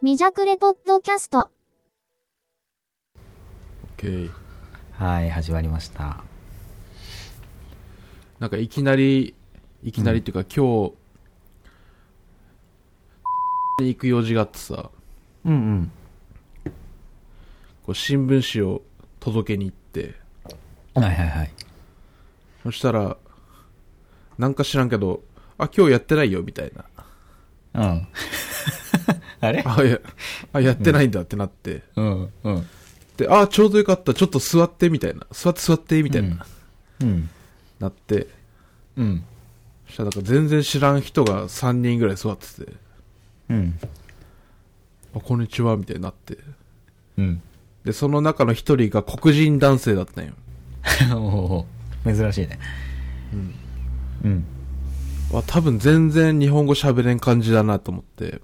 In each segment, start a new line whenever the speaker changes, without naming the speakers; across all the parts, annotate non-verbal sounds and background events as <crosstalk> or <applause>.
未弱レポッドキャスト。
OK
はい、始まりました。
なんかいきなりいきなりっていうか、今日に行く用事があってさ
うんうん。
こう新聞紙を届けに行って
はいはいはい。
そしたらなんか知らんけどあ今日やってないよみたいな
うん。 <laughs> あれ
<laughs> あいやあやってないんだってなって、
うんうん。
であちょうどよかったちょっと座ってみたいな座って座ってみたいな、
うん。
なって
うん。
そしたらなんか全然知らん人が3人ぐらい座ってて
うん。
あこんにちはみたいになって
うん。
でその中の1人が黒人男性だったんよ
おー珍しいね。うん。
あ多分全然日本語喋れん感じだなと思って、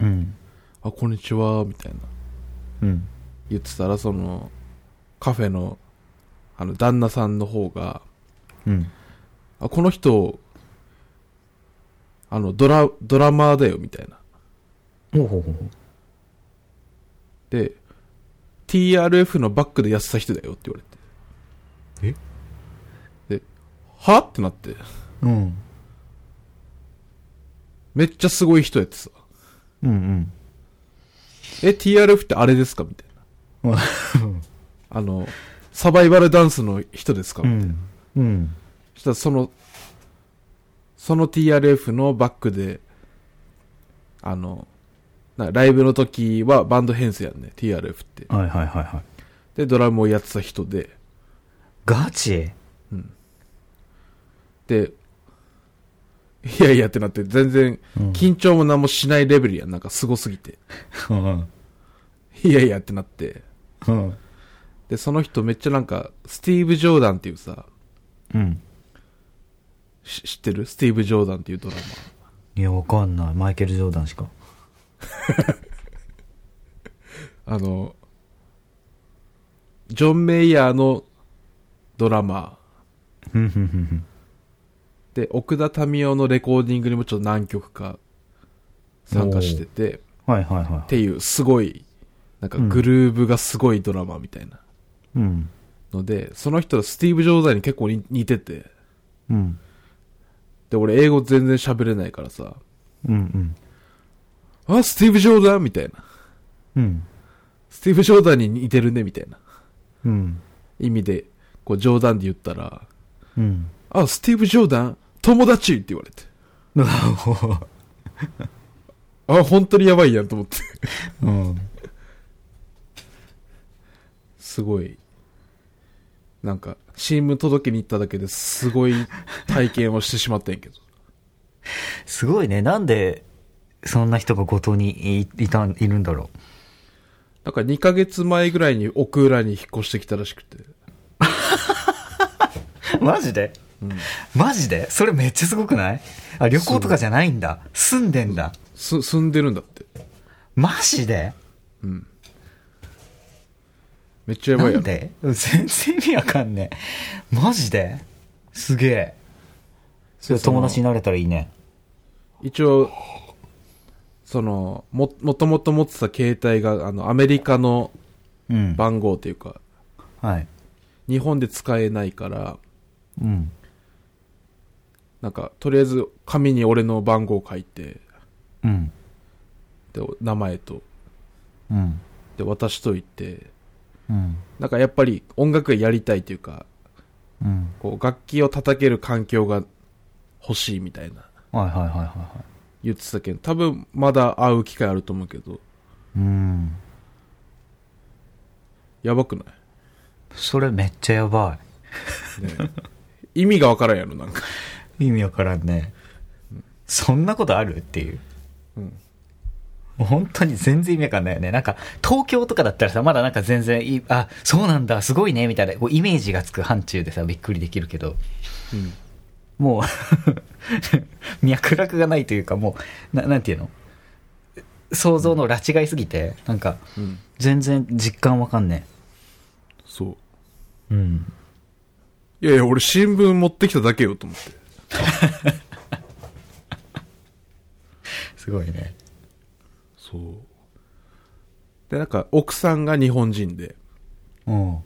うん。
あ、こんにちは、みたいな。
うん。
言ってたら、その、カフェの、あの、旦那さんの方が、
うん。
あ、この人、あの、ドラ、ドラマーだよ、みたいな。
おほほほ。
で、TRF のバックでやってた人だよって言われて。えで、はってなって、
うん。
めっちゃすごい人やってさ。
うん
え、TRF ってあれですかみたいな。
うん。
あの、サバイバルダンスの人ですかみたいな。
ん。うん。
そしたらその、その TRF のバックで、あの、なライブの時はバンド編成やんね、TRF って。
はいはいはいはい。
で、ドラムをやってた人で、
ガチ
で、いやいやってなって、全然、
うん
緊張も何もしないレベルやん、なんかすごすぎて。
うん。
いやいやってなって。
うん。
で、その人めっちゃなんか、スティーブ・ジョーダンっていうさ、
うん。
し知ってるスティーブ・ジョーダンっていうドラマ。
いや、わかんない。マイケル・ジョーダンしか。
あの、ジョン・メイヤーのドラマ
うんうんうん
で、奥田民生のレコーディングにもちょっと何曲か参加してて、っ
うん。はいはいはい。
ていうすごい、なんかグルーブがすごいドラマみたいな
うん。
ので、その人はスティーブ・ジョーダンに結構に似てて、
うん。
で、俺英語全然喋れないからさ、
うんうん。
あ、スティーブ・ジョーダンみたいな。
うん。
スティーブ・ジョーダンに似てるねみたいな
うん。
意味で、こう冗談で言ったら、
うん。
あ、スティーブ・ジョーダン友達って言われて。あ、本当にやばいやんと思って。
うん。
すごい、なんか、新聞届けに行っただけですごい体験をしてしまったんやけど。 <laughs>
すごいね。なんで、そんな人が後藤にいいたん、いるんだろ
なんか2ヶ月前ぐらいに奥浦に引っ越してきたらしくて。
う。 <laughs> マジで、マジでそれめっちゃすごくないあ、旅行とかじゃないんだ。住んでんだ。
す、住んでるんだって。
マジで
めっちゃやば
ない
や
ん
ろ。
でうん全然意味わかんねえ。マジですげえ。それ友達になれたらいいね。
一応、その、も、もともと持ってた携帯が、あの、アメリカの
うん。
番号というか、
はい。
日本で使えないから、
うん。
なんか、とりあえず紙に俺の番号を書いて、
うん。
で、名前と、
うん。
で、渡しといて、
うん。
なんかやっぱり音楽やりたいというか、
うん。
こう楽器を叩ける環境が欲しいみたいな
はいはいはいはいは
言ってたけど多分まだ会う機会あると思うけど
い。うん。
やばくな
それめっちゃやばい。
い、ね、意味がわからんやろなんか
意味わからんね。そんなことあるっていう。
うん
もう本当に全然意味わかんないよね。なんか、東京とかだったらさ、まだなんか全然いい、あ、そうなんだ、すごいね、みたいな、こうイメージがつく範疇でさ、びっくりできるけど、
<laughs> うん
もう、 <laughs> 脈絡がないというか、もう、ななんていうの想像の拉致がいすぎて、なんか、
うん
全然実感わかんね
そう
え。うん。
いやいや俺新聞持ってきただけよと思って
すごいね。
そうで、なんか、奥さんが日本人で、
うん。あ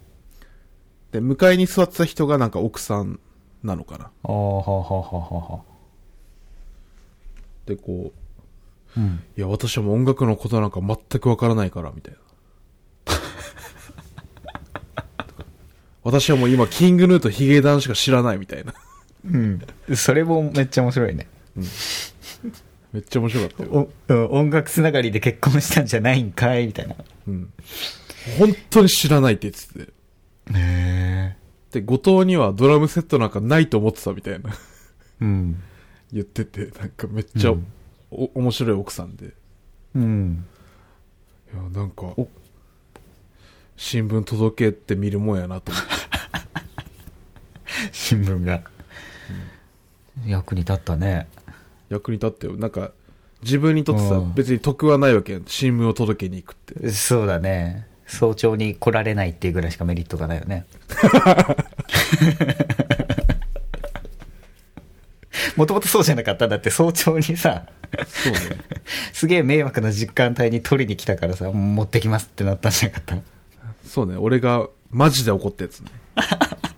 で、向かいに座ってた人がなんか奥さんなのかな。
あ、はあはあはあは
で、こう、
あ。うん。
いや、私はもう音楽のことなんか全くわからないから、みたい
<laughs>
な。私はもう今、キングヌーとヒゲダンしか知らないみたいな。
うん。それもめっちゃ面白いね。
めっちゃ面白かったよ。
おうん音楽つながりで結婚したんじゃないんかいみたいな。
うん。本当に知らないって言って
へえ。
て。で、後藤にはドラムセットなんかないと思ってたみたいな。
うん。
言ってて、なんかめっちゃ、
うん
お、面白い奥さんで。い
うん。
や、なんか
お、
新聞届けて見るもんやなと思って。
新聞が。役に立ったね。
役に立ってよ。なんか、自分にとってさ
うん、
別に得はないわけやん。新聞を届けに行くって。
そうだね。早朝に来られないっていうぐらいしかメリットがないよね。 <laughs> もともとそうじゃなかったんだって早朝にさ、
そうね。
すげえ迷惑な時間帯に取りに来たからさ、持ってきますってなったんじゃなかった。
そうね、俺がマジで怒ったやつね。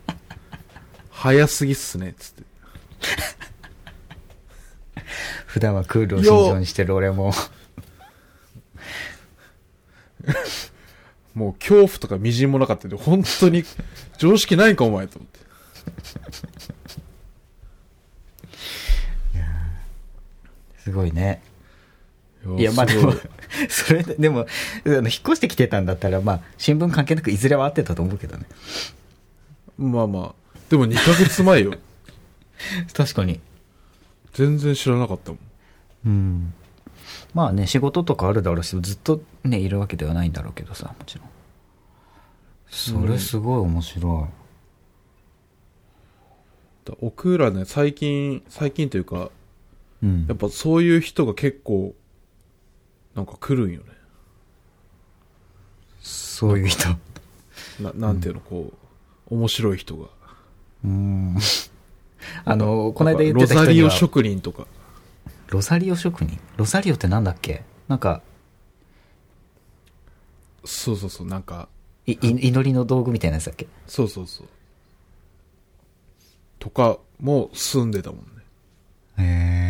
<laughs> 早すぎっすね、つって。
普段はクールを心臓にしてる俺も。
もう恐怖とかみじんもなかったんで、本当に常識ないんか、お前、と思って。
すごいね。
ー
いや、まあです
ご
も <laughs>
い、
それで、でも、あの引っ越してきてたんだったら、まあ、新聞関係なくいずれは合ってたと思うけどね。
まあまあ。でも2ヶ月前よ。
確かに。
全然知らなかったもん。
うん。まあね、仕事とかあるだろうし、ずっとね、いるわけではないんだろうけどさ、もちろん。それすごい面白
だ奥浦ね、最近、最近というか、
い。うん
や。っぱそういう人が結構、なんか来るんよね。
そういう人。
ななんていうの、こう、面白い人が。
うん。あの、この間言っ
ロ
て
ザ
た人
リ
に
オ
は
職人とか。
ロザリオ職人ロザリオってなんだっけなんか、
そうそうそう、なんか、
いい祈りの道具みたいなやつだっけ
そうそうそう。とかも住んでたもんね。
へえ